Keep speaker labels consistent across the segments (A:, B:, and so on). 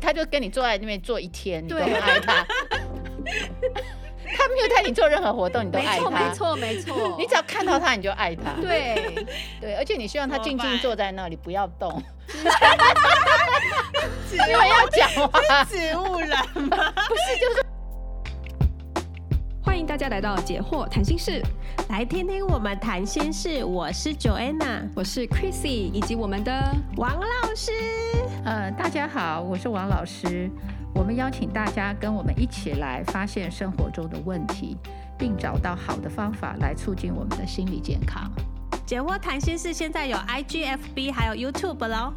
A: 他就跟你坐在那边坐一天，你都
B: 对
A: 很爱他。 他没有带你做任何活动，你都
B: 没
A: 爱
B: 错，没
A: 他。
B: 错，没 错，
A: 你只要看到他，你就爱他。
B: 对，
A: 对，而且你希望他
C: 怎么
A: 静静
C: 办
A: 坐在那里，不要动， 因为要讲 话。
C: 植物人，
D: 欢迎大家来到解惑谈心室，
E: 来听听我们谈心事，我是 Joanna
D: 我是 Chrissy，以及我们的
E: 王老师。
A: 呃，大家好，我是王老师。我们邀请大家跟我们一起来发现生活中的问题，并找到好的方法来促进我们的心理健康。
E: 解惑谈心事现在有 IGFB 还有 YouTube 喽。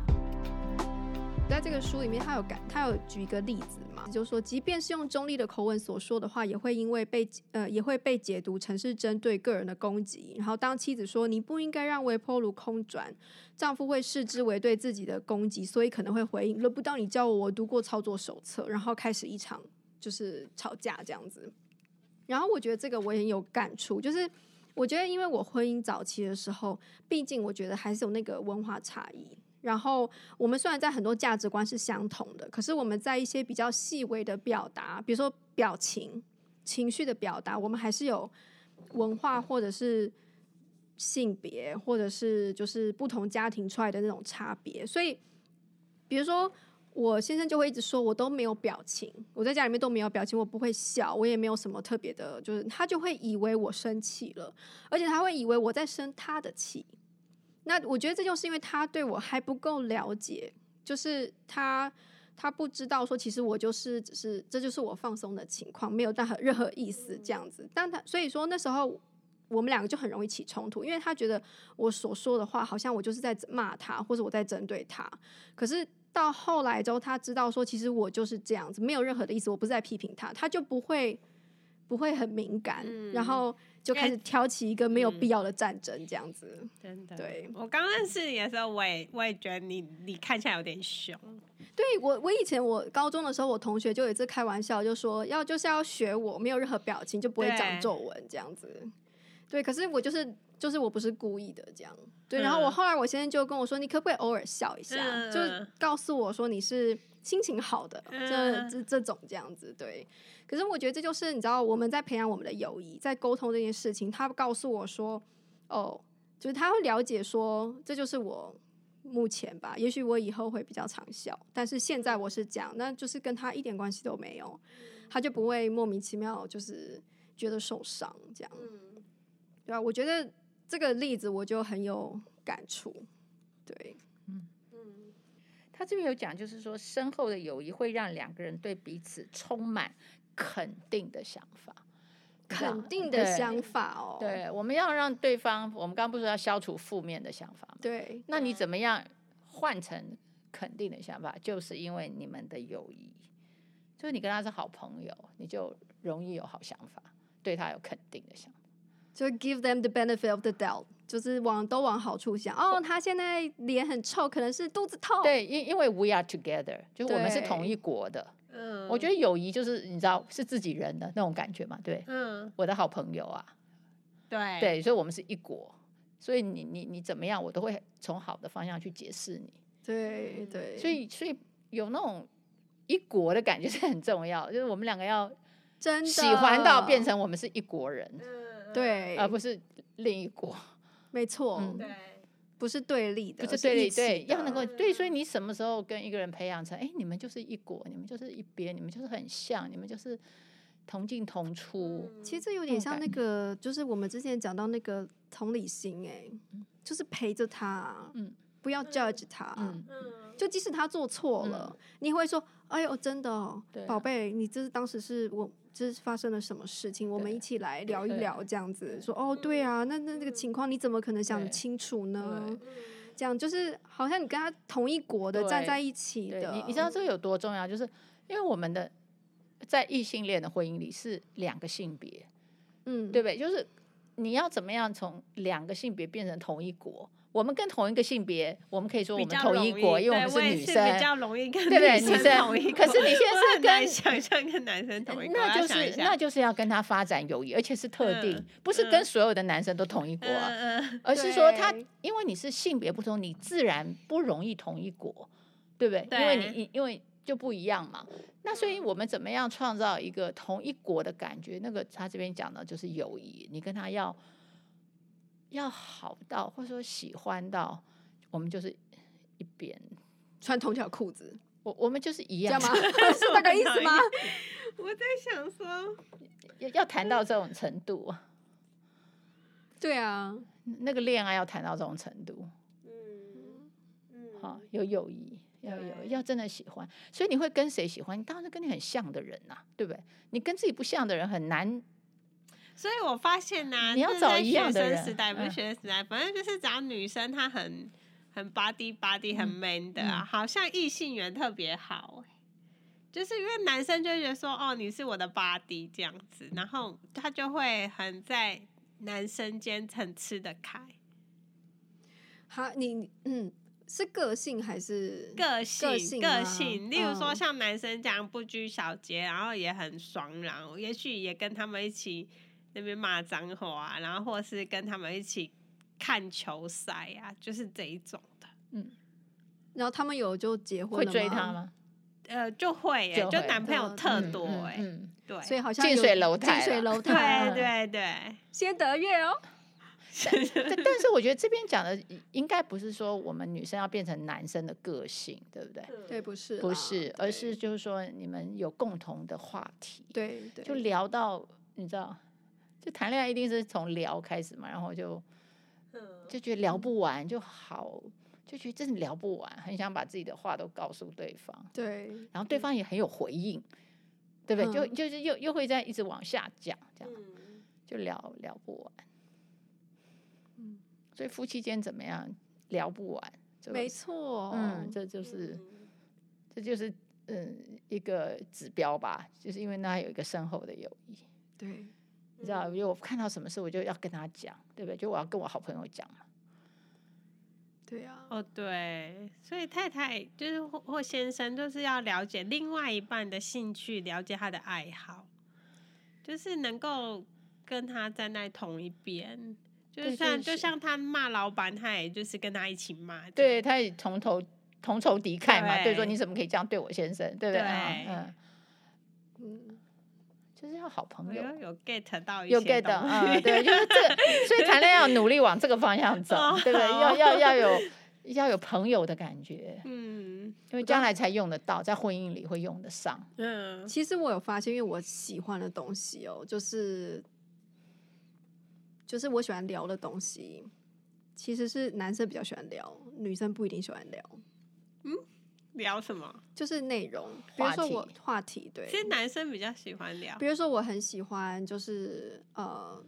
B: 在这个书里面，他有感，他有举一个例子嘛，就是说，即便是用中立的口吻所说的话，也会因为被呃，也会被解读成是针对个人的攻击。然后，当妻子说“你不应该让微波炉空转”，丈夫会视之为对自己的攻击，所以可能会回应“轮不到你教我，我读过操作手册”，然后开始一场就是吵架这样子。然后，我觉得这个我也很有感触，就是。我觉得，因为我婚姻早期的时候，毕竟我觉得还是有那个文化差异，然后我们虽然在很多价值观是相同的，可是我们在一些比较细微的表达，比如说表情、情绪的表达，我们还是有文化或者是性别，或者是就是不同家庭出来的那种差别。所以，比如说我先生就会一直说我都没有表情，我在家里面都没有表情，我不会笑，我也没有什么特别的，就是他就会以为我生气了，而且他会以为我在生他的气。那我觉得这就是因为他对我还不够了解，就是他他不知道说，其实我就是只是这就是我放松的情况，没有任何任何意思这样子。但他所以说那时候我们两个就很容易起冲突，因为他觉得我所说的话好像我就是在骂他，或者我在针对他。可是到后来之后，他知道说其实我就是这样子，没有任何的意思，我不是在批评他，他就不会不会很敏感，然后就开始挑起一个没有必要的战争这样子。
C: 真的。
B: 对
C: 我刚认识你的时候，我也我也觉得你你看起来有点凶，
B: 对我，我以前我高中的时候，我同学就有一次开玩笑，就说要就是要学我，没有任何表情就不会长
C: 对
B: 皱纹这样子。对，可是我就是就是我不是故意的这样。对，
C: 嗯
B: 然后我后来我先生就跟我说，你可不可以偶尔笑一下，
C: 嗯
B: 就是告诉我说你是心情好的，
C: 嗯
B: 这这这种这样子。对，可是我觉得这就是你知道我们在培养我们的友谊，在沟通这件事情，他告诉我说，哦，就是他会了解说这就是我目前吧，也许我以后会比较常笑，但是现在我是这样，那就是跟他一点关系都没有，
C: 嗯
B: 他就不会莫名其妙就是觉得受伤这样。
C: 嗯
B: 对啊，我觉得这个例子我就很有感触。对，
A: 他这边有讲，就是说深厚的友谊会让两个人对彼此充满肯定的想法，你知道吗
B: 肯定的
A: 对
B: 想法哦。
A: 对，我们要让对方，我们刚刚不是说要消除负面的想法吗？
B: 对啊
A: 那你怎么样换成肯定的想法？就是因为你们的友谊，就是你跟他是好朋友，你就容易有好想法，对他有肯定的想法。
B: 就 give them the benefit of the doubt，就是往都往好处想。哦，他现在脸很臭，可能是肚子痛。
A: 对，因因为 we are together，就是我们是
B: 哦对
A: 同一国的。
C: 嗯，
A: 我觉
C: 得，
A: 得友谊就是你知道是自己人的那种感觉嘛，对。
C: 嗯，
A: 我的好朋友啊，
B: 哎
C: 对，
A: 对，所以我们是一国，所以你你你怎么样，我都会从好的方向去解释你。
B: 对对，
A: 所以所以有那种一国的感觉是很重要，就是我们两个要
B: 真的
A: 喜欢到变成我们是一国人，
C: 嗯，
B: 对，
A: 而不是另一国，
B: 没错，
A: 嗯
C: 对，
B: 不是对立的，
A: 不是对
B: 一
A: 立
B: 起
A: 对，要
B: 的
A: 能够对。所以你什么时候跟一个人培养成，哎，你们就是一国，你们就是一边，你们就是很像，你们就是同进同出，
B: 其实这有
A: 嗯
B: 点像那个，就是我们之前讲到那个同理心、哎，就是陪着他，
A: 嗯
B: 不要 judge 他，
A: 嗯，
C: 嗯，
B: 就即使他做错了，你也会说，哎呦，真的、哦
A: 对啊，
B: 宝贝，你这是当时是我。这是发生了什么事情？我们一起来聊一
A: 对嗯
B: 聊，这样子说哦，对啊，那那那个情况你怎么可能想得
A: 对
B: 清楚呢
A: 对？
B: 这样就是好像你跟他同一国的
A: 对
B: 站在一起
A: 对
B: 的，
A: 你，你知道这个有多重要？就是因为我们的在异性恋的婚姻里是两个性别，
B: 嗯，
A: 对不对？就是你要怎么样从两个性别变成同一国？我们跟同一个性别，我们可以说我
C: 比
A: 们
C: 较
A: 同一
C: 容易
A: 国，因为我
C: 对
A: 们
C: 我也
A: 女生，
C: 比较容易跟
A: 对不对女生
C: 生同一国。
A: 可是你现在
C: 我
A: 是
C: 很难
A: 跟
C: 想象跟男生同一国，
A: 那
C: 我要
A: 就
C: 想一
A: 是
C: 下
A: 那就是要跟他发展友谊，而且是特定，
C: 嗯
A: 不是
C: 嗯
A: 跟所有的男生都同一国啊、
C: 嗯嗯
A: 而是说他
B: 对
A: 因为你是性别不同，你自然不容易同一国，对不对？
C: 对
A: 因为你因为就不一样嘛。那
B: 嗯
A: 所以我们怎么样创造一个同一国的感觉？那个他这边讲的就是友谊，你跟他要要好到，或者说喜欢到，我们就是一边，
B: 穿同条裤子，
A: 我我们就是一
B: 这
A: 样
B: 样吗？ 是这个意思吗？
C: 我在想说，
A: 要要谈到这种程度，
B: 对啊，
A: 那个恋爱要谈到这种程度，
C: 嗯嗯，
A: 好、有友谊，要有
C: 对
A: 要真的喜欢，所以你会跟谁喜欢？你当然是跟你很像的人呐、对不对？你跟自己不像的人很难
C: 所以我发现呢、
A: 你要
C: 就是
A: 找
C: 在
A: 一样
C: 学
A: 的
C: 生
A: 人
C: 时代不是
A: 嗯
C: 学生时代，反正就是只要女生她很很 body body
A: 嗯
C: 很 man 的啊，好像异性缘特别好、欸。就是因为男生就会觉得说，哦，你是我的 body 这样子，然后他就会很在男生间很吃得开，
B: 好，你嗯，是个性还是
C: 个性
B: 个性
C: 个
B: 吗
C: 性例如说
B: 嗯
C: 像男生这样不拘小节，然后也很爽朗，也许也跟他们一起那边骂脏话、啊，然后或是跟他们一起看球赛啊，就是这一种的。
B: 然后他们有就结婚
A: 会
B: 了
A: 追他？吗？
C: 呃，就会、欸，
A: 就
C: 就
A: 会
C: 男朋友
B: 嗯
C: 特
A: 嗯
C: 多
A: 嗯
C: 哎、
A: 嗯
C: 对，
B: 所以好像
A: 近
B: 有
A: 水楼台
B: 近水
A: 啦
B: 楼台，
C: 对对对，
B: 先得月哦。
A: 但但是我觉得这边讲的应该不是说我们女生要变成男生的个性，对不对？
B: 对，不是啦，
A: 不是，
C: 啊
A: 而
B: 对
A: 是就是说你们有共同的话题，
B: 对对，
A: 就聊到你知道，就谈恋爱一定是从聊开始嘛，然后就
B: 嗯
A: 就觉得聊不完，就好，就觉得真的聊不完，很想把自己的话都告诉对方，
B: 对
A: 然后对方也很有回应，对不对？就
B: 嗯
A: 就是又又会再一直往下讲，这样
C: 嗯，
A: 就聊聊不完。
B: 嗯
A: 所以夫妻间怎么样聊不完？这个
B: 没错，
A: 嗯，这就是这就是嗯一个指标吧，就是因为那有一个深厚的友谊，
B: 对，
A: 你知道，
C: 嗯
A: 因为我看到什么事我就要跟他讲，对不对？就我要跟我好朋友讲嘛，
B: 对啊，
C: 哦，对，所以太太就是或或先生，就是要了解另外一半的兴趣，了解他的爱好，就是能够跟他站在同一边。就是
A: 对
C: 像
A: 就
C: 就是像他骂老板，他也就是跟他一起骂。
A: 对，他也从头同仇敌忾嘛，对，说
C: 对
A: 你怎么可以这样对我先生，对不对？
C: 对
A: 嗯，
B: 嗯，
A: 就是要好朋
C: 我
A: 友。
C: 哎有有 get 到一
A: 有
C: 些
A: get 到
C: 东
A: 啊、
C: 西
A: 嗯，对，就是这个，所以谈恋爱要努力往这个方向走
C: 哦，
A: 对不对？要
C: 好
A: 要要有要有朋友的感觉，
C: 嗯
A: 因为将来才用得到，在婚姻里会用得上。
C: 嗯，
B: 其实我有发现，因为我喜欢的东西哦，就是就是我喜欢聊的东西，其实是男生比较喜欢聊，女生不一定喜欢聊，
C: 聊什么？
B: 就是内容，比如
A: 话
B: 说我
A: 题
B: 话题，对，
C: 其实男生比较喜欢聊
B: 比如说我很喜欢，就是呃，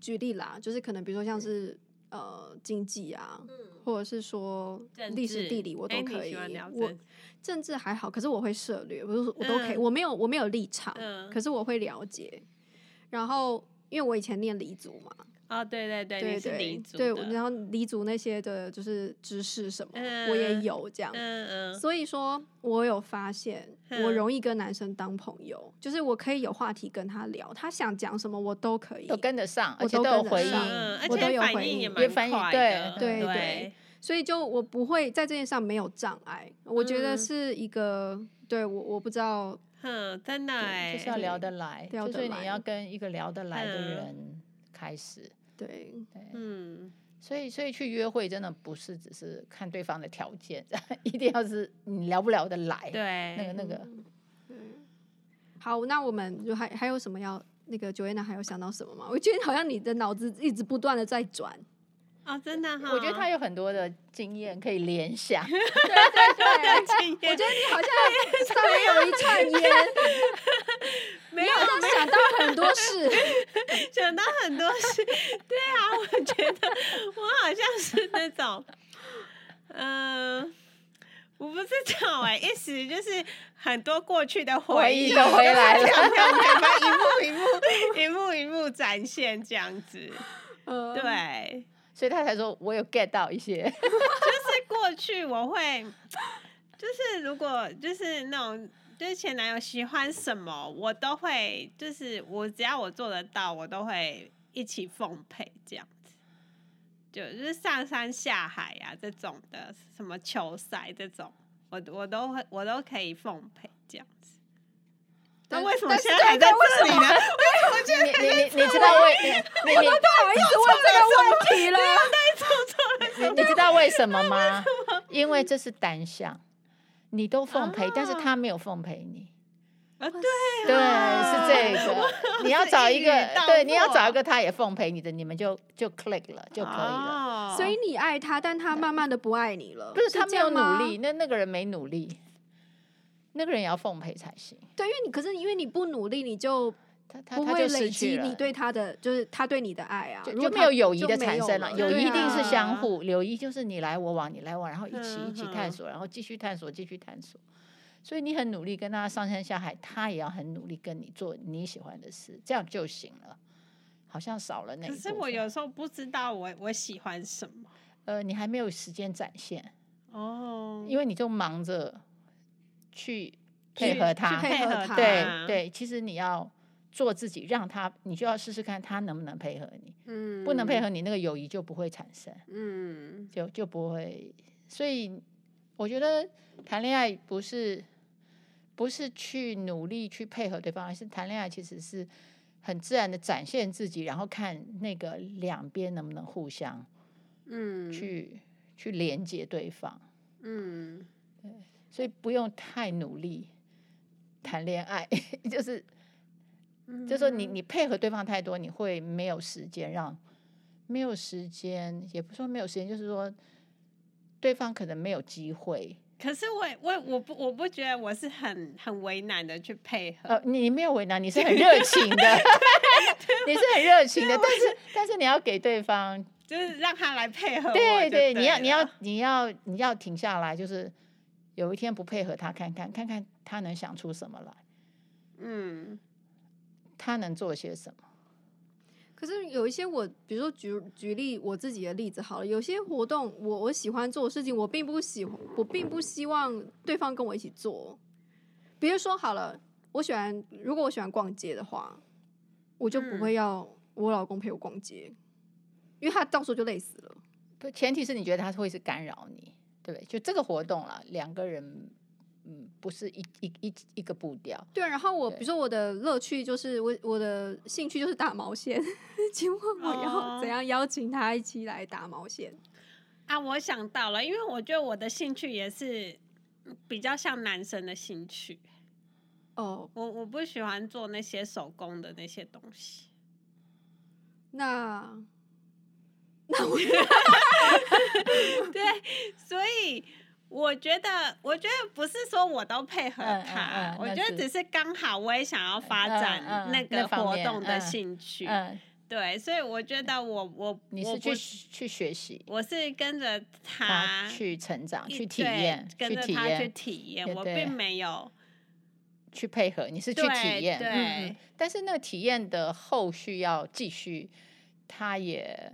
B: 举例啦，就是可能比如说像是呃经济啊，或者是说
C: 嗯政
B: 历史
C: 治
B: 地理我
C: 哎
B: 都
C: 你
B: 可
C: 喜
B: 以。
C: 欢聊
B: 我
C: 政
B: 政治还好，可是我会涉略，我都我都可以，
C: 嗯
B: 我没有我没有立场，
C: 嗯
B: 可是我会了解。然后因为我以前念理组嘛，
C: 哦，对对对，
B: 对
C: 你是
B: 对
C: 领主
B: 对，
C: 的
B: 然后理组那些的就是知识什么，我也
C: 嗯
B: 有这样。
C: 嗯嗯
B: 所以说，我有发现，我
C: 嗯
B: 容易跟男生当朋友，就是我可以有话题跟他聊，他想讲什么我都可以
A: 都。跟得上，而
B: 我
A: 且
B: 都
A: 都有
B: 跟得
A: 回
B: 上
A: 应
C: 嗯，而
B: 我都
C: 且
B: 有
C: 反
B: 回
C: 应也
B: 应
A: 也
C: 蛮
A: 反应
C: 快
A: 对
C: 的，
B: 对对
C: 对。
B: 所以就我不会在这件上没有障碍，我觉得
C: 嗯
B: 是一个、对我我不知道，
C: 哼，真的哎、
A: 就是要聊得来，
B: 聊
A: 就
B: 得
A: 是
B: 来
A: 你要跟一个聊得来的
C: 嗯
A: 人开始。
B: 对
C: 嗯，
A: 所以，所以去约会真的不是只是看对方的条件， 一定要是你聊不聊得来。，
C: 对，嗯
A: 那个那个，
B: 嗯好，那我们就还还有什么要那个九月娜还有想到什么吗？我觉得好像你的脑子一直不断的在转，
C: 哦，真的哈，
A: 我觉得他有很多的经验可以联 想。
B: 对对对，
C: 经
B: 我
C: 验
B: 觉得你好像上面有一串烟，
C: 没有
B: 好像想到很多事，
C: 想到很多事，对啊，我觉得我好像是那种，嗯、我不知道哎、一时就是很多过去的
A: 回忆
C: 忆
A: 都回来了
C: 这样子我们 一幕一幕一幕一幕展现这样子，嗯
B: 呃，
C: 对。
A: 所以他才说，我有 get 到一些，
C: 就是过去我会，就是如果就是那种就是前男友喜欢什么，我都会就是我只要我做得到，我都会一起奉陪这样子。就就是上山下海啊这种的，什么球赛这种，我我都会我都可以奉陪这样子。那
B: 但
C: 为什么
B: 但是
C: 现在还在
B: 对为
C: 这里
B: 什
A: 你
B: 么
C: 呢？
A: 你你你知道为你你
B: 不好意思问这个问题了。
A: 你你知道为什么 吗？因为这是单向，你都奉陪，但是他没有奉陪你。
C: 啊，对
A: 对，
C: 啊
A: 是这个。 你要找一个
C: 一语道，
A: 对，你要
C: 破
A: 找一个他也奉陪你的，你们就就 click 了就可以
B: 啊
A: 了。
C: 哦
B: 所以你爱他，但他慢慢的不爱你了。
A: 不是他
B: 这
A: 没有
B: 样吗
A: 努力，，那那个人没努力，那个人也要奉陪才行。
B: 对，因为你可是因为你不努力，你就
A: 他他
B: 不
A: 他
B: 会
A: 就失
B: 累
A: 去
B: 积
A: 了
B: 你。对他的，就是他对你的爱啊，
A: 就
B: 如
A: 就没
B: 果他
A: 有友谊
B: 就
A: 的
B: 没
A: 产
B: 有
A: 生
B: 了，
A: 友
B: 对
A: 谊一
B: 啊
A: 定是相
C: 啊
A: 互，友谊就是你来我往，你来我往，然后一起一起探
C: 嗯
A: 索，然后继续探索，继续探索。所以你很努力跟他上山下海，他也要很努力跟你做你喜欢的事，这样就行了。好像少了那一
C: 可
A: 部
C: 是
A: 分。
C: 我有时候不知道我我喜欢什么
A: 呃，你还没有时间展现，
C: 哦，
A: 因为你就忙着去配合他，
B: 去配合他
A: 对对。其实你要做自己，让他，你就要试试看他能不能配合你。
C: 嗯
A: 不能配合你，那个友谊就不会产生。
C: 嗯，
A: 就就不会。所以我觉得谈恋爱不是不是去努力去配合对方，而是谈恋爱其实是很自然的展现自己，然后看那个两边能不能互相
C: 嗯
A: 去、去连接对方，
C: 嗯，
A: 所以不用太努力谈恋爱， 就是。
C: 嗯
A: 就是说你你配合对方太多，你会没有时间让没有时间，也不是说没有时间，就是说对方可能没有机会。
C: 可是我我我不我不觉得我是很很为难的去配合，
A: 呃，你你没有为难，你是很热情 的，你是很热情的，但是但是你要给对方，
C: 就是让他来配合我就
A: 对
C: 对
A: 你要你要
C: 了
A: 你要你要停下来，就是有一天不配合他看看看看他能想出什么来，
C: 嗯
A: 他能做些什么。
B: 可是有一些我，比如说举举例我自己的例子好了，有些活动我我喜欢做的事情，我并不喜欢，我并不希望对方跟我一起做。比如说好了，我喜欢，如果我喜欢逛街的话，我就不
C: 嗯
B: 会要我老公陪我逛街，因为他到时候就累死了。
A: 不，前提是你觉得他会是干扰你，对不对？就这个活动啦，两个人，嗯，不是一一一一个步调，
B: 对啊，然后我
A: 对
B: 比如说我的乐趣就是我我的兴趣就是打毛线， 请问我要
C: 哦
B: 怎样邀请他一起来打毛线？
C: 啊，我想到了，因为我觉得我的兴趣也是比较像男生的兴趣，
B: 哦，
C: 我我不喜欢做那些手工的那些东西。
B: 那
C: 所以我觉得，我觉得不是说我都配合
A: 嗯嗯
C: 他，
A: 嗯
C: 我
A: 那
C: 觉
A: 是
C: 得只是刚好我也想要发
A: 嗯嗯
C: 展那
A: 那
C: 个
A: 方
C: 活
A: 面
C: 动的
A: 嗯
C: 兴趣。
A: 嗯，
C: 对，所以我觉得我我
A: 你
C: 我
A: 是
C: 不
A: 去去学习，
C: 我是跟着
A: 他
C: 他
A: 去成长，
C: 一
A: 去体
C: 对
A: 验，
C: 跟
A: 去
C: 着
A: 体
C: 他去
A: 验，
C: 体验，
A: 也
C: 我
A: 对
C: 并没有
A: 去配合，你是去
C: 对
A: 体验，
C: 对
A: 嗯嗯，但是那个体验的后续要继续，他也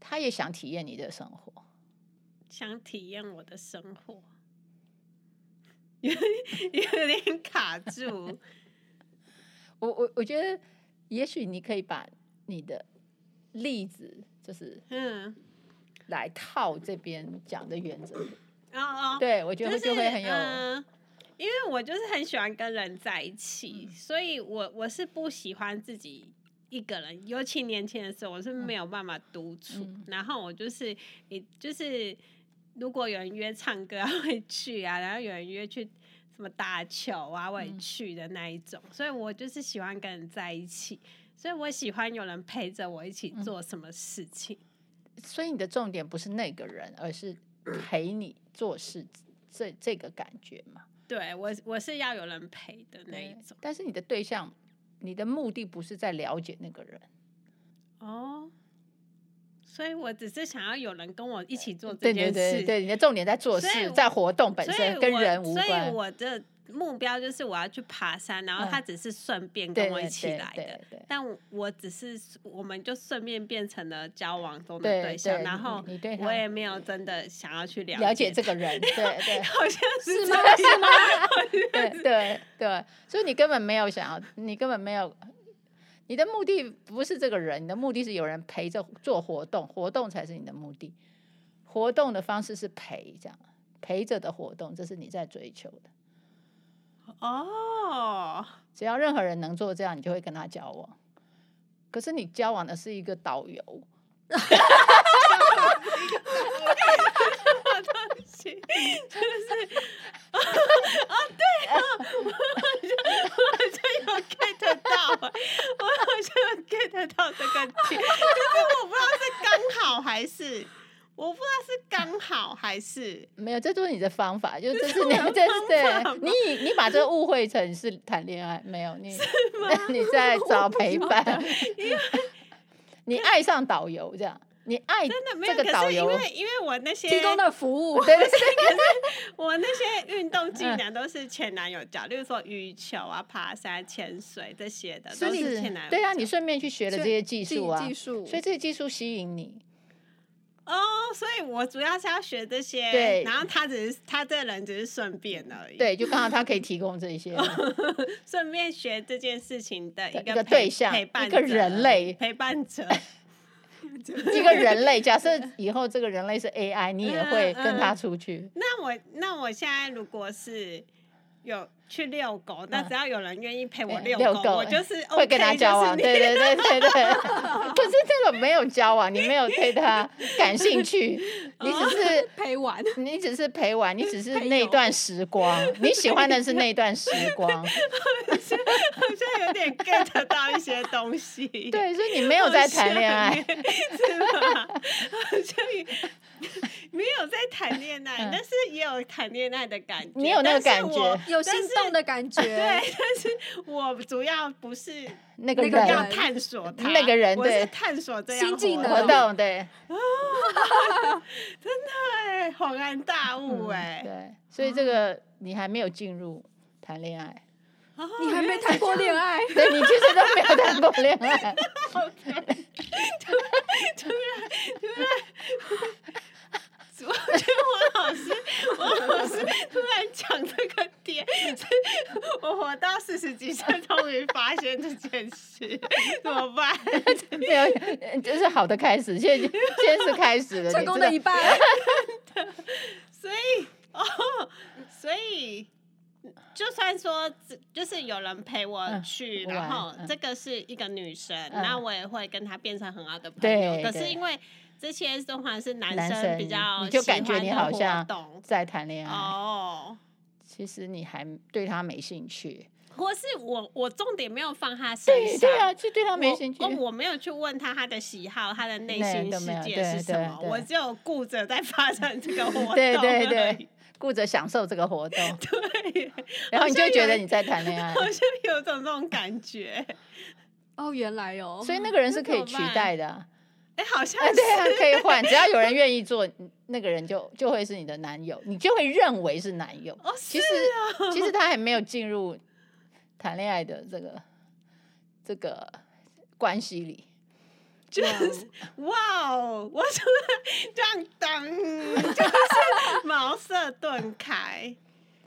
A: 他也想体验你的生活，
C: 想体验我的生活， 有有点卡住。
A: 我我我觉得，也许你可以把你的例子，就是
C: 嗯，
A: 来套这边讲的原则。
C: 哦哦，
A: 对，我觉得会
C: 就是
A: 就会很有，
C: 嗯因为我就是很喜欢跟人在一起，
A: 嗯
C: 所以我我是不喜欢自己一个人，尤其年轻的时候，我是没有办法独处。
A: 嗯
C: 然后我就是，你就是如果有人约唱歌啊， 我也去啊；然后有人约去什么打球啊，我也
A: 嗯
C: 去的那一种。所以我就是喜欢跟人在一起，所以我喜欢有人陪着我一起
A: 嗯
C: 做什么事情。
A: 所以你的重点不是那个人，而是陪你做事这这个感觉嘛。
C: 对我，我是要有人陪的那一
A: 对
C: 种。
A: 但是你的对象，你的目的不是在了解那个人，
C: 哦，所以我只是想要有人跟我一起做这
A: 对对
C: 件
A: 对
C: 事，
A: 对，你的重点在做
C: 所以
A: 事，
C: 我
A: 在活动本
C: 所以
A: 身，
C: 我
A: 跟人无
C: 所以
A: 关。
C: 我的目标就是我要去爬山，然后
A: 嗯
C: 他只是顺便
A: 对
C: 跟我一
A: 对
C: 起
A: 对
C: 来
A: 对
C: 的。
A: 对
C: 但我我只是，我们就顺便变成了交往中的
A: 对
C: 对象，
A: 对
C: 然
A: 你
C: 后
A: 你对他
C: 我也没有真的想要去了
A: 了
C: 解
A: 解这
C: 他，
A: 个人，对对。
C: 好像是
B: 是
C: 这
B: 吗
C: 样？
B: 是吗？
A: 对对对，所以你根本没有想要，你根本没有，你的目的不是这个人，你的目的是有人陪着做活动，活动才是你的目的。活动的方式是陪，这样陪着的活动，这是你在追求的。
C: 哦，
A: 只要任何人能做这样，你就会跟他交往。可是你交往的是一个导游，
C: 哦行，就是，哦，对哦，我好像我好像有 get 到，我好像有 get 到这个点，可是我不知道是刚好还是，我不知道是刚好还是，
A: 没有，这就是你的方法，就是这是
C: 我
A: 你
C: 的
A: 这
C: 方
A: 是对
C: 法吗
A: 你以你把这个误会成是谈恋爱，没有你 你在 找陪 伴，你爱上导游这样，你爱
C: 真的没有，
A: 这个
C: 可
A: 导
C: 是因
A: 游
C: 为因为我那些
B: 提供的服务，
A: 对对对，
C: 我那些运动技能都是前男友教，例如说羽球啊、爬山、潜水这些的，
A: 是
C: 都
A: 不
C: 是
A: 是
C: 前男友？
A: 对啊，
C: 教
A: 你顺便去学了这
B: 就
A: 些技术啊
B: 技，术，
A: 所以这些技术吸引你，
C: 哦， 所以我主要是要学这些，
A: 对
C: 然后他只是他这个人只是顺便而已，，
A: 对，就刚好他可以提供这 些，
C: 嗯顺便学这件事情的
A: 一
C: 个
A: 个
C: 陪
A: 对象
C: 陪伴
A: 一个
C: 者
A: 人类
C: 陪 伴者，
A: 一个人类，假设以后这个人类是 AI，你也
C: 嗯
A: 会跟他
C: 嗯
A: 出去，
C: 那我那我现在如果是有去遛狗，那
A: 嗯
C: 只要有人愿意陪我
A: 嗯
C: 遛
A: 遛
C: 我
A: 狗
C: 就是
A: 会跟他
C: OK，
A: 交往，
C: 就是
A: 对
C: 你
A: 对对对对。 可是这个没有交往，你没有对他感兴 趣，你
C: 哦
A: 只是
B: 陪玩，
A: 你只是陪玩，你 只是
B: 陪
A: 那
B: 游
A: 段时光，你喜欢的是那段时光，
C: 好像 有点 get 到一些东西，对
A: 对，所以你没有在谈恋 爱，
C: 是吧？所以没有在谈恋爱，
A: 嗯
C: 但是也有谈恋爱的感觉。
A: 你有那个
C: 但是
A: 感
C: 我
A: 觉
B: 有心动的感 觉，
C: 对，但是我主要不是
A: 那个
B: 那个
A: 人
C: 要
B: 人
C: 探索他
A: 那个人
C: 我是
A: 对
C: 探索这样
B: 新技
C: 活
B: 能
A: 活
C: 动
A: 动对，
C: 对，恍然大悟哎、
A: 嗯对，所以这个你还没有进入谈恋爱，
C: 哦
B: 你还没谈过恋 爱，
A: 对你其实都没有谈过恋爱，
C: 我觉得王老师，王老师突然讲这个点， 是我活到四十几岁，终于发现这件事，怎么办？
A: 没有，这是好的开始，现在现在是开始了，
B: 成
A: 你
B: 功
A: 知
B: 的
A: 道
B: 一半，
C: 所以哦，所以就算说只就是有人陪我
A: 嗯
C: 去，
A: 玩
C: 然后
A: 嗯
C: 这个是一个女生，
A: 嗯
C: 那我也会跟她变成很好的朋友。
A: 对
C: 可是
A: 对
C: 因为这些都还是男
A: 男
C: 生
A: 生
C: 比较
A: 你就
C: 喜
A: 感觉
C: 欢
A: 你
C: 的
A: 好
C: 活
A: 像
C: 动
A: 在谈恋爱。
C: 哦。
A: 其实你还对他没兴趣。
C: 或是我我重点没有放他身
A: 对
C: 上，
A: 对啊，就对他
C: 我
A: 没兴趣。
C: 我我没有去问他他的喜好，他的内
A: 对
C: 心
A: 都
C: 世
A: 没有
C: 界
A: 对
C: 是什
A: 对
C: 么，
A: 对
C: 我只有顾着在发展这个活动而已。
A: 对对 对，顾着享受这个活动，
C: 对，
A: 然后你就
C: 像
A: 觉
C: 有
A: 得
C: 一
A: 你在谈 恋爱，
C: 好像有种这种感觉。
B: 哦，原来哦，
A: 所以那个人是
C: 那
A: 可以
C: 怎么
A: 取
C: 办
A: 代的啊。
C: 哎、好 像
A: 啊，
C: 是
A: 对啊，可以换，只要有人愿意做，那个人就就会是你的男友，你就会认为是男友。
C: 哦，
A: 其实其实他还没有进入谈恋爱的这个这个关系里。
C: 就是
A: 嗯
C: 哇哦，我突然这样当， 就是茅塞顿开。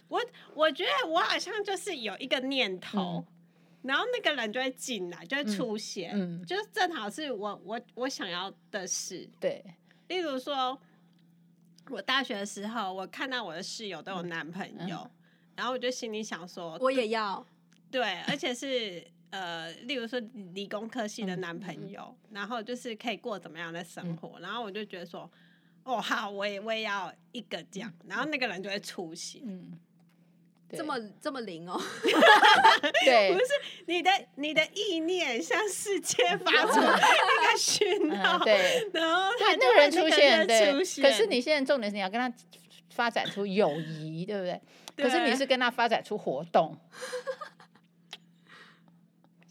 C: 我我觉得我好像就是有一个念头，然后那个人就会进来，就会出现，
A: 嗯嗯
C: 就是正好是我我我想要的事。
A: 对，
C: 例如说，我大学的时候，我看到我的室友都
A: 嗯
C: 有男朋友，然后我就心里想说，
B: 我也要，
C: 对，而且是呃，例如说理工科系
A: 嗯
C: 的男朋友，然后就是可以过怎么样的生活，然后我就觉得说，哦，好，我也我也要一个这样，然后那个人就会出现。
A: 嗯，对
B: 这么这么灵 哦，
A: 对
C: 不，是你的你的意念向世界发出一个讯号，
A: 嗯，对。
C: 然后
A: 对，
C: 他就
A: 那个
C: 会
A: 人出现，
C: 就
A: 对
C: 会出。
A: 可是
C: 现
A: 你现在重点是你要跟他发展出友谊，对不对？可是你
C: 对
A: 是跟他发展出活动，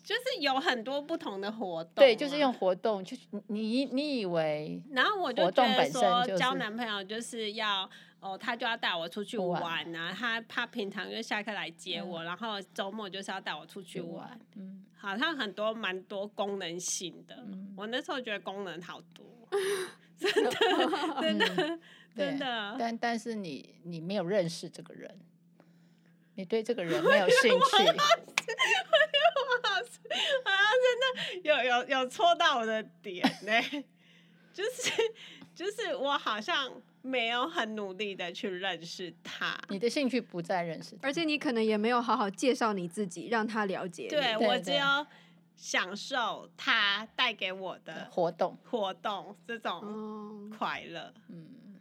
C: 就是有很多不同的活动啊，
A: 对，就是用活动去你你你以为
C: 然后我就
A: 活
C: 觉
A: 动
C: 得
A: 本身
C: 说，
A: 就是
C: 交男朋友就是要哦，他就要带我出去
A: 玩嗯
C: 玩啊，他他平常就下课来接我，然后周末就是要带我出去
A: 去
C: 玩，
A: 玩，嗯
C: 好像很多蛮多功能性的。
A: 嗯
C: 我那时候觉得功能好 多，
A: 嗯，
C: 真
A: 对。
C: 的。啊
A: 但但是你你没有认识这个人，你对 这个人没有兴趣，
C: 啊，真的有有有戳到我的点呢、就是就是我好像没有很努力的去认识他。
A: 你的兴趣不再认识他，
B: 而且你可能也没有好好介绍你自己，让他了解你。
C: 对
A: 对
C: 我只
A: 对
C: 有享受他带给我的
A: 呃活动，
C: 活动这种
B: 哦，
C: 快乐。
A: 嗯，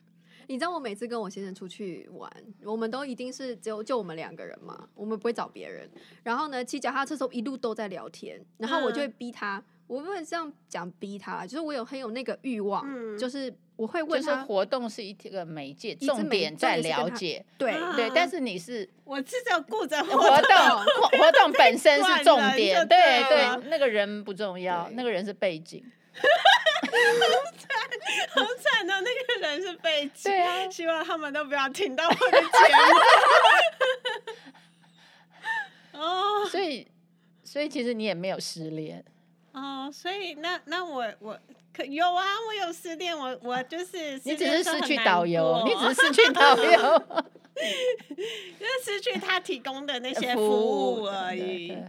B: 你知道我每次跟我先生出去玩，我们都一定是只有就我们两个人嘛，我们不会找别人。然后呢，骑脚踏车的时候一路都在聊天，然后我就会逼他，我不能这样讲逼他，就是我有很有那个欲望，
C: 嗯
B: 就是我会
A: 就
B: 问
A: 是
B: 他，
A: 活动是一个媒介，
B: 直
A: 重
B: 媒
A: 点
B: 重
A: 在
B: 点是跟
A: 了
B: 他
A: 解，
B: 对
C: 啊
A: 对，但是你 是
C: 我是只有顾 着
A: 活
C: 活
A: 动
C: 动，
A: 活活动本身
C: 惯
A: 是
C: 人
A: 重
C: 就
A: 点，
C: 对
A: 对
C: 了
A: 对，那个人不 重要，
B: 对
A: 那个人是背景，
C: 好惨的那个人是被气
A: 对啊
C: 希望他们都不要听到我的节 目。哦
A: 所以所以其实你也没有失恋，
C: 哦，所以那那我我可有啊，我有失恋，我我就是
A: 啊你
C: 失
A: 只
C: 恋
A: 是
C: 的时候
A: 失
C: 很
A: 去
C: 难
A: 导游，
C: 过
A: 你只是失去导游
C: 就是失去他提供的那些
A: 呃
C: 服
A: 服
C: 务
A: 务
C: 而
A: 对
C: 已。
A: 对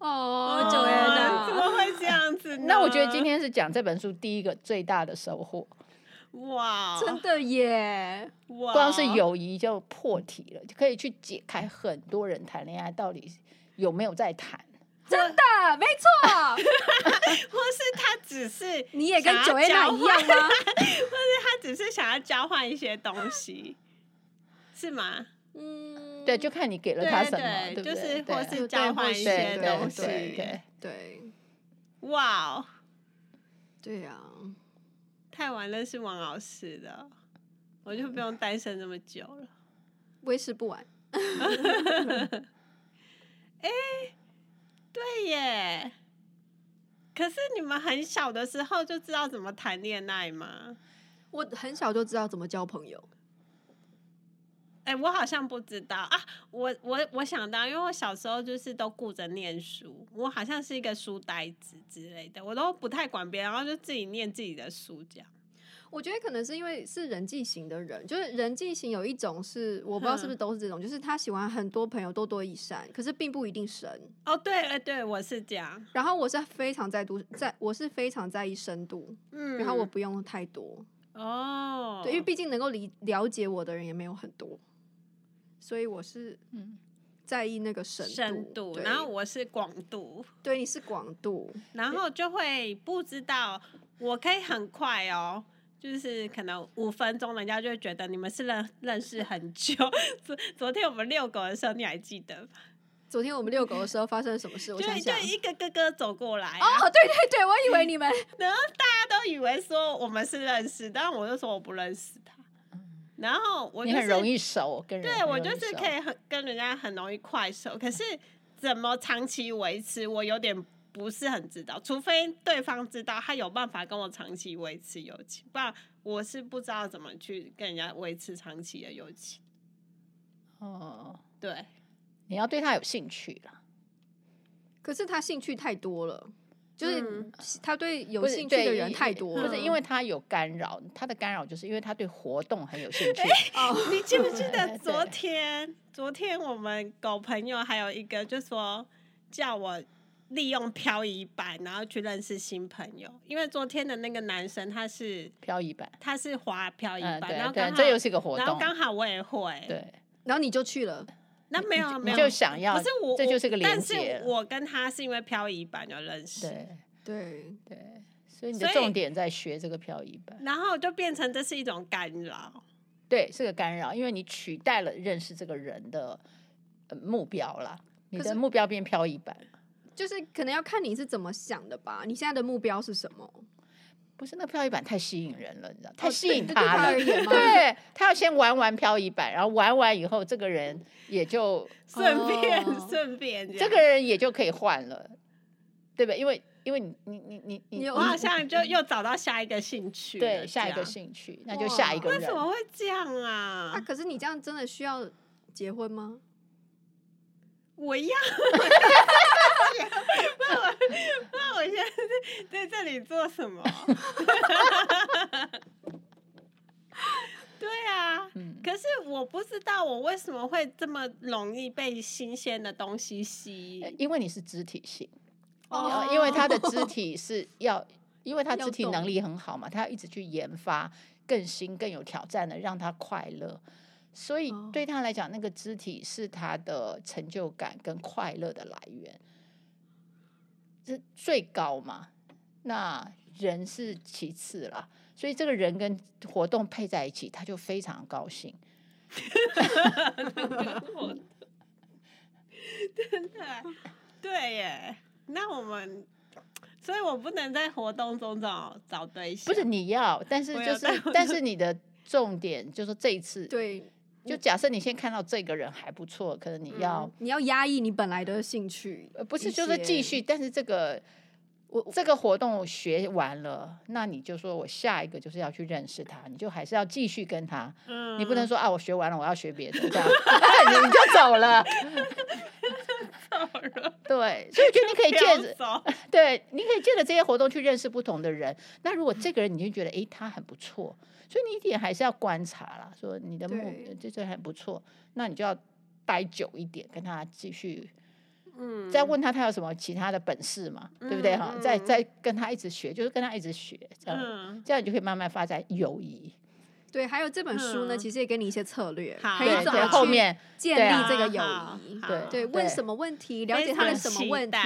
B: 哦，
C: 哦
B: 九月的，
C: 怎么会这样子呢？
A: 那我觉得今天是讲这本书第一个最大的收获，
C: 哇，
B: 真的耶，
C: 哇，
A: 光是友谊就破题了，就可以去解开很多人谈恋爱到底有没有在谈。
B: 真的没错，
C: 或是他只是
B: 你也跟
C: 想要
B: 九月娜
C: 交
B: 一样吗？
C: 他 只是想要交换一些东西，是吗？
B: 嗯，
A: 对，就看你给了他什么，
C: 对
A: 对不
C: 就
A: 对？
C: 是
A: 对啊
C: 或
B: 对
C: 是交换
A: 对
C: 一些
A: 对
C: 东
A: 对
C: 西
A: 对。
B: 对
C: 哇哦，
B: 对啊。
C: 太晚认识王老师了，我就不用单身那么久了。
B: 维持不完，
C: 对耶，可是你们很小的时候就知道怎么谈恋爱吗？
B: 我很小就知道怎么交朋友。
C: 哎、我好像不知道啊！我我我想到，因为我小时候就是都顾着念书，我好像是一个书呆子之类的，我都不太管别人，然后就自己念自己的书这样。
B: 我觉得可能是因为是人际型的人，就是人际型有一种是我不知道是
C: 嗯
B: 不是都是这种，就是他喜欢很多朋友多多益善，可是并不一定深。
C: 哦，对，哎，对，我是这样。
B: 然后我是非常在乎，在我是非常在意深度，
C: 嗯，
B: 然后我不用太多，
C: 哦，
B: 对，因为毕竟能够理了解我的人也没有很多，所以我是
A: 嗯，
B: 在意那个深度。
C: 深度，
B: 对
C: 然后我是广度，
B: 对你是广度，
C: 然后就会不知道，我可以很快哦。就是可能五分钟，人家就会觉得你们是认认识很久。 昨昨天我们遛狗的时候，你还记得吗？
B: 昨天我们遛狗的时候发生了什么事？我
C: 就
B: 想
C: 就
B: 想，
C: 一个哥哥走过来、啊，
B: 哦，对对对，我以为你们
C: 然后大家都以为说我们是认识，但我就说我不认识他。
B: 嗯
C: 然后我、
A: 你
C: 就是、
A: 很容易熟，跟人
C: 对我
A: 很
C: 就
A: 容易
C: 是
A: 熟
C: 可以很跟人家很容易快手，可是怎么长期维持，我有点不是很知道，除非对方知道他有办法跟我长期维持友情，不然我是不知道怎么去跟人家维持长期的友情。
A: 哦，
C: 对，
A: 你要对他有兴趣了，
B: 可是他兴趣太多了，就是
C: 嗯
B: 他对有
A: 不是
B: 兴趣的
A: 对
B: 人
A: 因
B: 太多了，
A: 不是因为他有干扰，他的干扰就是因为他对活动很有兴趣，
B: 哦，
C: 你记不记得
A: 对
C: 昨天？昨天我们狗朋友还有一个就说叫我利用漂移板，然后去认识新朋友，因为昨天的那个男生他是
A: 漂移版，
C: 他是滑漂移
A: 嗯，
C: 板，然后
A: 对
C: 刚
A: 对，
C: 好
A: 这又是一个活
C: 然后
A: 动，
C: 刚好我也会，，
A: 对，
B: 然后你就去了，
C: 那没有没
A: 你
C: 有，
A: 就想要，
C: 不是我，
A: 这
C: 我
A: 就是个连
C: 但是
A: 接了，
C: 我跟他是因为漂移板就认识，
A: 对
B: 对，
A: 对，所以你的
C: 所以
A: 重点在学这个漂移版。
C: 然后就变成这是一种干扰，
A: 对，是个干扰，因为你取代了认识这个人的、呃目标啦，你
B: 可
A: 的
B: 是
A: 目标变漂移版，
B: 就是可能要看你是怎么想的吧，你现在的目标是什么？
A: 不是那漂移版太吸引人了，你知道，太吸
B: 对
A: 引
B: 对对他
A: 他
B: 而
A: 了。
B: 言吗？
A: 对他要先玩玩漂移版，然后玩完以后，这个人也就
C: 顺便
B: 哦
C: 顺便
A: 这
C: 样
A: 个人也就可以换了，对吧？因为因为你你你你
B: 你有
A: 你
C: 我好像就又找到下一个兴趣了，
A: 对下一
C: 这
A: 个
C: 样
A: 兴趣，那就下一个
C: 为
A: 人
C: 什。么会这样
B: 啊，
C: 啊？
B: 可是你这样真的需要结婚吗？
C: 我要，那我那我现在在这里做什么？ 对啊，
A: 嗯，
C: 可是我不知道我为什么会这么容易被新鲜的东西吸
A: 呃
C: 引。
A: 因为你是肢体性，呃
B: 哦
A: 因为他的肢体是要，因为他
B: 要
A: 肢体
B: 动
A: 能力很好嘛，他要一直去研发更新、更有挑战的，让他快乐。所以
B: 哦
A: 对他来讲，那个肢体是他的成就感跟快乐的来源，这最高嘛。那人是其次啦，所以这个人跟活动配在一起，他就非常高兴。
C: 真的欸，对耶。那我们，所以我不能在活动中找找对象，
A: 不是你要，但是
C: 我
A: 就
C: 要但
A: 是但是你的重点就是说这一次，
B: 对，
A: 就假设你先看到这个人还不错，可能你要、
B: 嗯你要压抑你本来的兴趣，
A: 呃，不是，
B: 一
A: 就是继
B: 些
A: 续，但是这个我这个活动我学完了，那你就说我下一个就是要去认识他，你就还是要继续跟他，
C: 嗯
A: 你不能说啊我学完了我要学别的这样， 你你就走了。 对，所以我觉得你可以借着，
C: 着，
A: 对，你可以借着这些活动去认识不同的人。那如果这个人你就觉得，诶，他很不错，所以你一点还是要观察啦，说你的目
B: 对
A: 这这很不错，那你就要待久一点，跟他继续
C: 嗯
A: 再问他他有什么其他的本事嘛，对不对哈？
C: 嗯
A: 再
C: 嗯
A: 再跟他一直学，就是跟他一直学，这样、
C: 嗯，
A: 这样你就可以慢慢发展友谊。
B: 对，还有这本书呢，
C: 嗯
B: 其实也给你一些策略，
C: 好
B: 可
A: 对
B: 以怎
A: 对，
B: 么
A: 后
B: 去
A: 面
B: 建
A: 对
B: 立
A: 啊
B: 这个友
C: 好
B: 谊。
C: 好
A: 对对
B: 对，问什么问题，了解他的什么问题，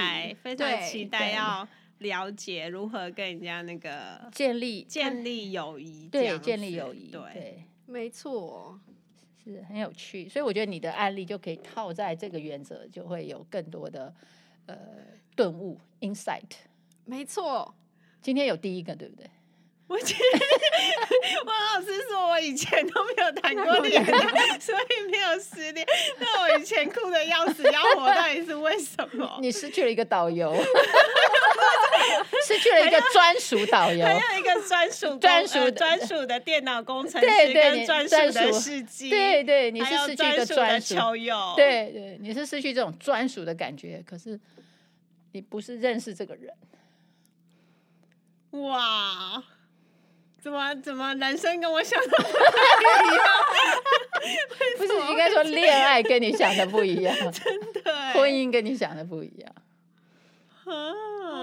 C: 非常期
B: 对，
C: 待
A: 对
C: 要了解如何跟人家那个
A: 建立
C: 建立友谊这样
A: 对
C: 子，
A: 建立友谊，
C: 对，
A: 对
B: 没错，
A: 是很有趣，所以我觉得你的案例就可以套在这个原则，就会有更多的呃顿悟 insight。
B: 没错，
A: 今天有第一个，对不对？
C: 我 觉得王老师说，我以前都没有 谈过恋爱，所以没有失恋。那我以前哭的要死要活，到底是为什么？
A: 你失去了一个导 游，失去了一个专属导游，
C: 还有一个专属 工
A: 专属
C: 呃
A: 的
C: 专属的电脑工程
A: 对对
C: 师跟
A: 你
C: 专
A: 专
C: 属的
A: 属
C: 司机，
A: 对对，你
C: 还
A: 是
C: 有
A: 失去一个
C: 属的
A: 专属，
C: 球友，，
A: 对对，你是失去这种专属的感觉，可是你不是认识这个人，
C: 哇，怎么怎么人生跟我想的不
A: 不是应该说恋爱跟你想的不一样，
C: 对，
A: 婚姻跟你想的不一样。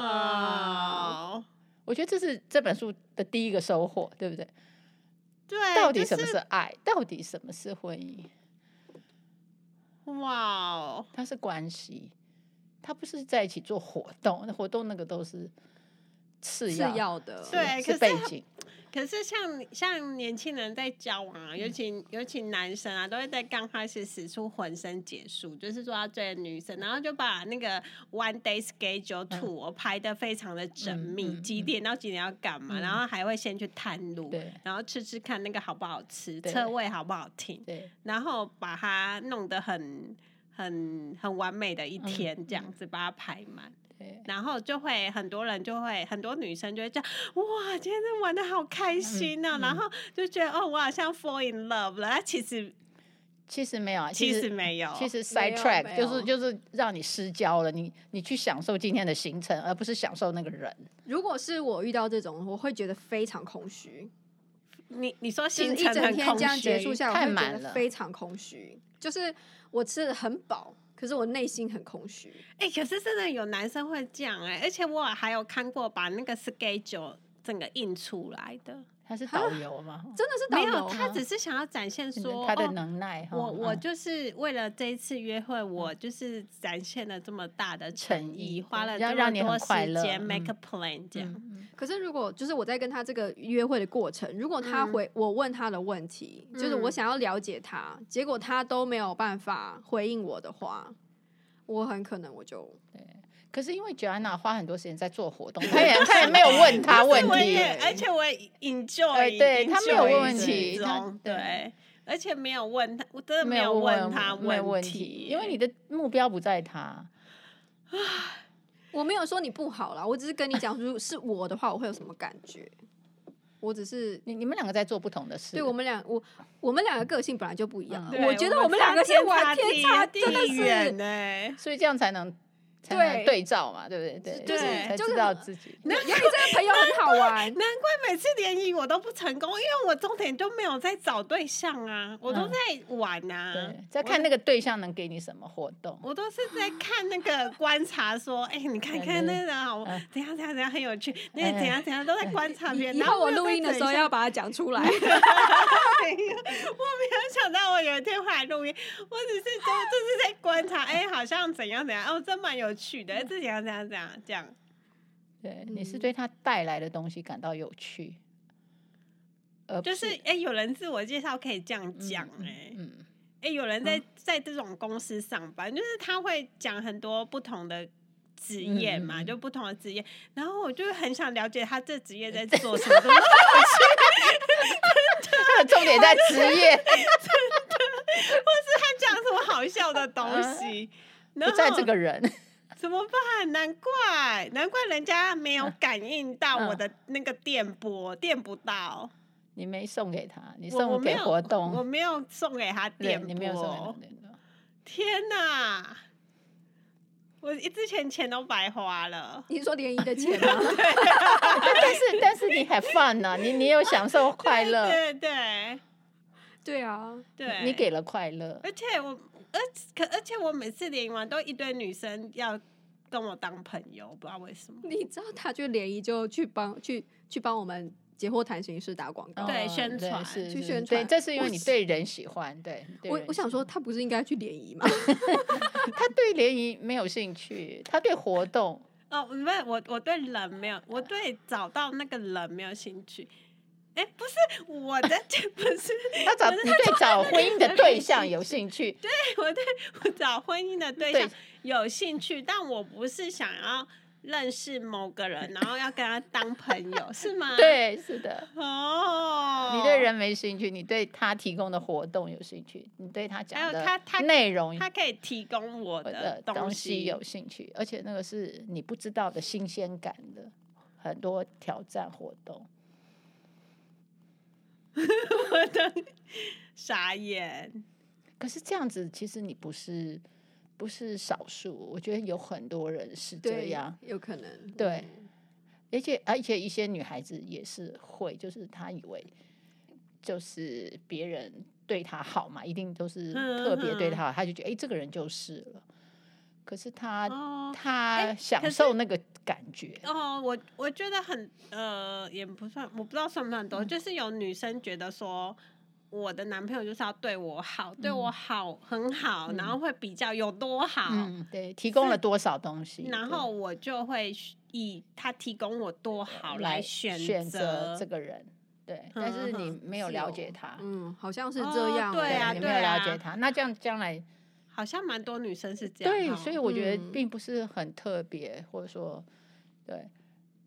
C: 啊，
A: 我觉得这是这本书的第一个收获，对不对？
C: 对，
A: 到底
C: 就
A: 什么
C: 是
A: 是爱？到底什么是婚姻？
C: 哇哦，
A: 它是关系，它不是在一起做活动，那活动那个都是次
B: 是
A: 要，
B: 要的，
A: 是
C: 对可
A: 是
C: 是
A: 背
C: 它
A: 景。
C: 可是像像年轻人在交往啊，尤
A: 嗯
C: 其尤其男生啊，都会在刚开始使出浑身解数，就是说要追女生，然后就把那个 one day schedule
A: 嗯
C: to 我排的非常的缜密，
A: 嗯嗯
C: 几点到几点要干
A: 嗯
C: 嘛，然后还会先去探路
A: 对，
C: 然后吃吃看那个好不好吃，
A: 对
C: 车位好不好停，
A: 对，
C: 然后把它弄得很很很完美的一
A: 嗯
C: 天，这样子把它排满。
A: 对，
C: 然后就会很多人就会很多女生就会这样，哇，今天真的玩的好开心啊！
A: 嗯
C: 然后就觉得哦，我好像 fall in love 了。但其实
A: 其实没有啊，
C: 其
A: 实
C: 实没有，
A: 其实
B: 没
A: side
B: 有
A: track
B: 没
A: 就是
B: 有
A: 就是让你失焦了，你你去享受今天的行程，而不是享受那个人。
B: 如果是我遇到这种，我会觉得非常空虚，
C: 你你说
B: 就是
C: 行
B: 一
C: 程
B: 整
C: 很
B: 天
C: 空
B: 这样
C: 虚
B: 结束下来，
A: 太
B: 我会觉
A: 满了
B: 得非常空虚。就是我吃的很饱，可是我内心很空虚。
C: 哎、可是真的有男生会这样哎、而且我还有看过把那个 schedule 整个印出来的，
A: 他是导游嘛？
B: 真的是导
C: 没
B: 游
C: 有，
B: 吗
C: 他只是想要展现
A: 嗯
C: 啊说
A: 他的
C: 哦
A: 能耐哈，
C: 我我
A: 嗯
C: 就是为了这一次约会，我就是展现了这么大的诚
A: 诚
C: 意，
A: 意
C: 花
A: 对
C: 了
A: 要
C: 这
A: 让你
C: 么多
A: 很快
C: 时
A: 乐
C: 间
A: 嗯
C: make a plan 这样。
A: 嗯
B: 可是如果就是我在跟他这个约会的过程，如果他
C: 嗯
B: 回、我问他的问题，就是我
C: 嗯
B: 想要了解他，结果他都没有办法回应我的话，我很可能我就
A: 可是因为 Joanna 花很多时间在做活 动，他也他也没有问他问
C: 我
A: 题，
C: 也，而且我也 enjoy，
A: 对
C: enjoy
A: 他没有问问
C: 其
A: 题他
C: 中
A: 对
C: 对，而且没有问他，我真的
A: 没
C: 有
A: 问
C: 他
A: 没有问
C: 题，
A: 因为你的目标不在他。
B: 我没有说你不好啦，我只是跟你讲，如果是我的话，我会有什么感觉？我只是
A: 你你们两个在做不同的事，
B: 对我们俩，我我们两个个性本来就不一样，
A: 嗯
C: 对
B: 我觉得我们两个是
C: 天
B: 完
C: 地
B: 天差
C: 地
B: 真的
C: 远
B: 是。
C: 呢。
A: 所以这样才能才能
B: 对
A: 对照嘛，对不对？对，
C: 对
A: 才
B: 就
A: 知
B: 是
A: 道
B: 很
A: 自己。
B: 那有你这个朋友很好 玩，
C: 难怪每次联谊我都不成功，因为我重点都没有在找对象啊，我都
A: 嗯
C: 在玩啊，
A: 对，在看那个对象能给你什么活动。
C: 我都是在看那个观察，说，哎、你看看那个好
A: 嗯，
C: 怎样怎样怎样很有趣，那个怎样怎样都在观察别人。
B: 以
C: 然后
B: 后我
C: 没有
B: 录
C: 在
B: 音的
C: 嘴
B: 时候
C: 上
B: 要把它讲出来。
C: 没有，我没有想到我有一天会来录音，我只是 都就是在观察，哎、好像怎样怎样，哦，真蛮有趣
A: 嗯
C: 的，哎这怎样怎样怎样这样。
A: 对，你是
B: 嗯
A: 对他带来的东西感到有趣，而
C: 就是
A: 不
C: 哎、有人自我介绍可以这样讲哎、
A: 嗯，
C: 哎、有人在在这种公司上班，就是他会讲很多不同的职业
A: 嗯
C: 嘛，
A: 嗯嗯
C: 就不同的职业，然后我就很想了解他这职业在
A: 嗯
C: 做什么 怎么回事，
A: 他的重点在职业，
C: 他讲什么好笑的东西， 然
A: 不
C: 后
A: 在这个人。
C: 怎么办？难怪难怪人家没有感应到
A: 嗯
C: 我的那个电波，电不到，
A: 你没送给他，嗯你
C: 我我
A: 送
C: 没
A: 给
C: 有
A: 活
C: 我
A: 动，
C: 没有送给他
A: 对，
C: 电波，
A: 你没有送给他那个。
C: 天哪！我一之前钱都白花了。
B: 你是说联谊的钱吗？
A: 但是但是你 have fun 呐、你你有享受快乐，
C: 对对
B: 对啊，
A: 你
C: 对，
A: 你给了快乐，
C: 而且我，而可而且我每次联谊完都一堆女生要跟我当朋友，不知道为什么。
B: 你知道他去联谊就去帮去去帮我们解惑谈心室打广告。
C: 对
A: 嗯
C: 宣传
A: 是
B: 去
A: 是
B: 宣
A: 对，
B: 传
A: 这是因为
B: 我
A: 你
B: 是
A: 对人喜欢，对。你对
B: 我
A: 人
B: 我想
A: 喜
B: 说，
A: 欢，
B: 他不是应该去联谊吗？
A: 他对联谊没有兴趣，他对活动，
C: 哦，不是，我我对人没有，我对找到那个人没有兴趣。哎，不是我的， 不是
A: 他找你对找婚姻的对象有兴趣，
C: 我对我找婚姻的对
A: 对
C: 象有兴趣，但我不是想要认识某个人，然后要跟他当朋友，是吗？。
A: 对，是的。
C: 啊哦，
A: 你对人没兴趣，你对他提供的活动有兴趣，你对他
C: 还
A: 讲
C: 有
A: 的
C: 他他
A: 内容
C: 他可以提供我
A: 我
C: 的
A: 的
C: 东
A: 东西有兴趣，而且那个是你不知道的新鲜感的很多挑战活动。
C: 傻眼。
A: 可是这样子，其实你不是不是少数，我觉得有很多人是这
B: 对
A: 样，，
B: 有可能。
A: 对，
C: 嗯
A: 而且而且一些女孩子也是会，就是她以为就是别人对她好嘛，一定都是
C: 嗯
A: 特别对
C: 嗯
A: 她好，她就觉得哎、诶这个人就是了。可是她
C: 哦
A: 她
C: 诶可
A: 享
C: 是
A: 受那个感觉，
C: 哦，我我觉得很呃，也不算，我不知道算不算
A: 嗯
C: 多，就是有女生觉得说。我的男朋友就是要对我好，对我好很好，然后会比较有多好，
A: 嗯，对，提供了多少东西，
C: 然
A: 对
C: 后我就会以他提供我多好
A: 呃来
C: 选
A: 择这个人。对，但是你
C: 嗯
A: 没有
B: 是
A: 了
B: 哦
A: 解他，
B: 嗯，好像是
C: 哦
B: 这样欸。
C: 对啊
A: 你没有
C: 对啊
A: 了解他，那这样将来
C: 好像蛮多女生是这样
A: 对
C: 哦。，
A: 所以我觉得
B: 嗯
A: 并不是很特别，或者说对，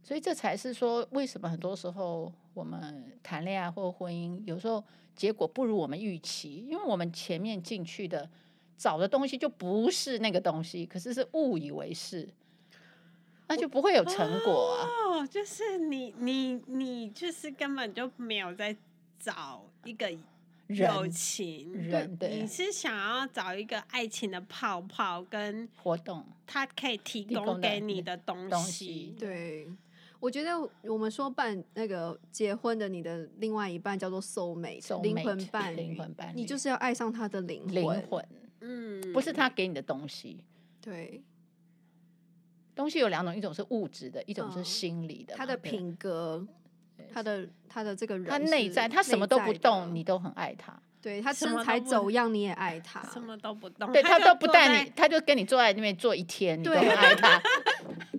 A: 所以这才是说为什么很多时候我们谈恋爱或婚姻，有时候结果不如我们预期，因为我们前面进去的找的东西就不是那个东西，可是是误以为是，那就不会有成果啊。
C: 哦，就是你你你就是根本就没有在找一个友
A: 人
C: 情，
A: 人
C: 你
A: 对啊
C: 是想要找一个爱情的泡泡，跟
A: 活动。
C: 他可以提
A: 提
C: 供
A: 供的
C: 给你的东
A: 东
C: 西
A: 西。
B: 对，我觉得我们说伴那个结婚的你的另外一半叫做 soul mate，灵
A: Soulmate，
B: 魂伴
A: 灵
B: 侣
A: 魂伴，
B: 你
A: 侣
B: 就是要爱上他的灵
A: 灵魂，
C: 嗯，
A: 不是他给你的东西。
B: 对，
A: 东西有两种，一种是物质的，一种是
B: 嗯
A: 心理的嘛。
B: 他的
A: 对，
B: 品格，他的他的这个人是
A: 他
B: 内的，哦
A: 内在，他什么都不动，你都很爱他。
B: 对他
C: 什么
B: 身
C: 都
B: 材
C: 不
B: 走样你也爱他，
C: 什么都不懂，
A: 对
C: 他
A: 他
C: 就
A: 都不
C: 坐
A: 带
C: 在
A: 你，，他就跟你坐在那边坐一天，你都
B: 对
A: 很爱 他。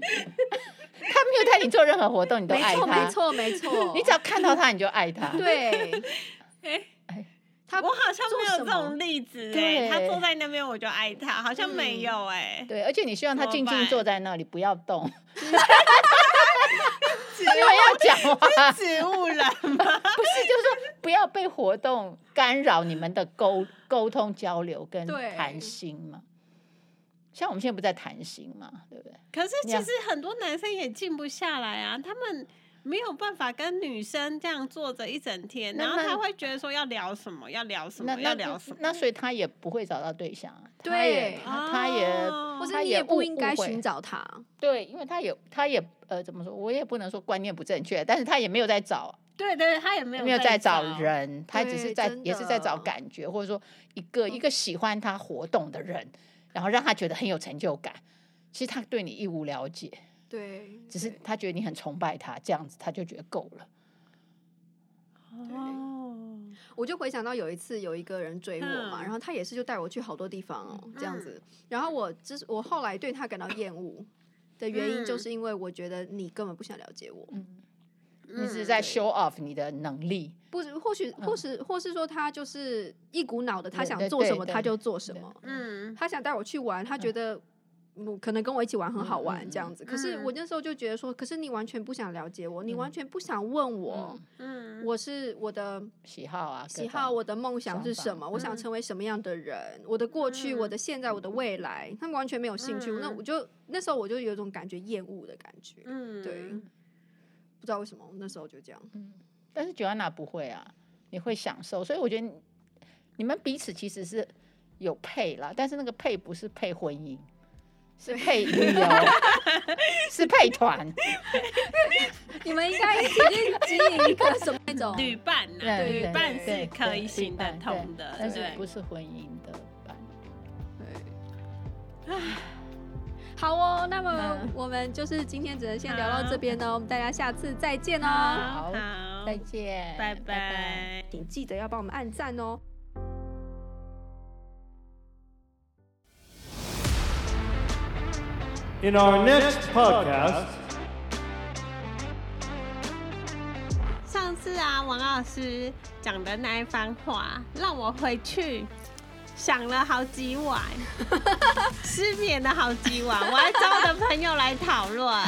A: 他没有带你做任何活动，你都
B: 没
A: 爱
B: 错
A: 他
B: 没。错没 错，
A: 你只要看到他，你就爱他。
B: 对，
C: 哎
A: 哎
B: 他
C: 我好像
B: 做
C: 没有
B: 什
C: 这种
B: 么
C: 例子哎、
A: 对
C: 他坐在那边我就爱他，好像没
B: 嗯
C: 有哎、
A: 对，而且你希望他
C: 怎么
A: 静静
C: 办
A: 坐在那里，不要 动。因为要讲话，
C: 植物人
A: 不是，就是说不要被活动干扰你们的沟沟通交流跟
B: 对
A: 谈心嘛。像我们现在不在谈心嘛，对不对？
C: 可是
A: 你
C: 其
A: 要
C: 实很多男生也静不下来啊，他们没有办法跟女生这样坐着一整天，
A: 那
C: 然后
A: 那
C: 他会觉得说要聊什么，要聊什
A: 那
C: 么，要
A: 那
C: 聊什么，
A: 那所以他也不会找到对象啊，他也
B: 对
A: 他他也
C: 哦
B: 或者
A: 他
B: 你
A: 也
B: 不
A: 误
B: 应该
A: 误会
B: 寻找他。
A: 对，因为他也他也呃怎么说，我也不能说观念不正确，但是他也没有在找，
C: 对对，他也没有
A: 没有在
C: 找
A: 找，人，他只
B: 对
A: 是在
B: 真
A: 也是在找
B: 的嗯
A: 感觉，或者说一个一个喜欢他活动的人，然后让他觉得很有成就感。其实他对你一无了解，
B: 对，
A: 只是
B: 对
A: 他觉得你很崇拜他，这样子他就觉得够了。
C: 哦，
B: 我就回想到有一次有一个人追我嘛，
C: 嗯
B: 然后他也是就带我去好多地方哦，
A: 嗯
B: 这样子。然后我之我后来对他感到厌恶的原因，就
C: 嗯
B: 是因为我觉得你根本不想了解我，
A: 你只是
C: 嗯
A: 在 show off 你的能力，
B: 不是或许或是或是说他就是一股脑的，他
A: 嗯对
B: 想
A: 对
B: 做什
A: 对
B: 么
A: 对
B: 他就做什
A: 对
B: 么，
C: 嗯，
B: 他想带我去玩，他觉得。嗯，可能跟我一起玩很好
A: 嗯
B: 玩
A: 嗯
B: 这样子，可是
C: 嗯
B: 我那时候就觉得说，可是你完全不想了解我，你完
A: 嗯
B: 全不想问我，
C: 嗯，
B: 我是我的
A: 喜好啊，各
B: 喜好、
A: 种
B: 我的梦想嗯
A: 想
B: 是
A: 法
B: 什么，我想
C: 嗯
B: 成为什么样的人，我的过去、我的现在、我的未来，他们完全没有兴趣。那
C: 嗯
B: 我就那时候我就有一种感觉厌恶的感觉，
C: 嗯，
B: 对，不知道为什么那时候就这样。
A: 但是 Joanna 不会啊，你会享受，所以我觉得你你们彼此其实是有配啦，但是那个配不是配婚姻，是配旅 游，是配团，
B: 你们应该已经经营一个什么那种
C: 旅伴呐、
A: 对
C: 旅
A: 对
C: 伴
A: 对
C: 是可
A: 对
C: 以
A: 旅
C: 行得
A: 伴对
C: 通的，
A: 但是
C: 对
A: 不是婚姻的伴。
B: 好哦，那么
A: 嗯
B: 我们就是今天只能先聊到这
C: 好
B: 边哦，我们大家下次再见哦。
C: 好，
A: 好
C: 好
A: 再见，
C: 拜拜
B: 请记得要帮我们按赞哦。
F: In our next podcast,
C: 上次啊，王老师讲的那一番话，让我回去想了好几晚，失眠了好几晚。我还找我的朋友来讨论，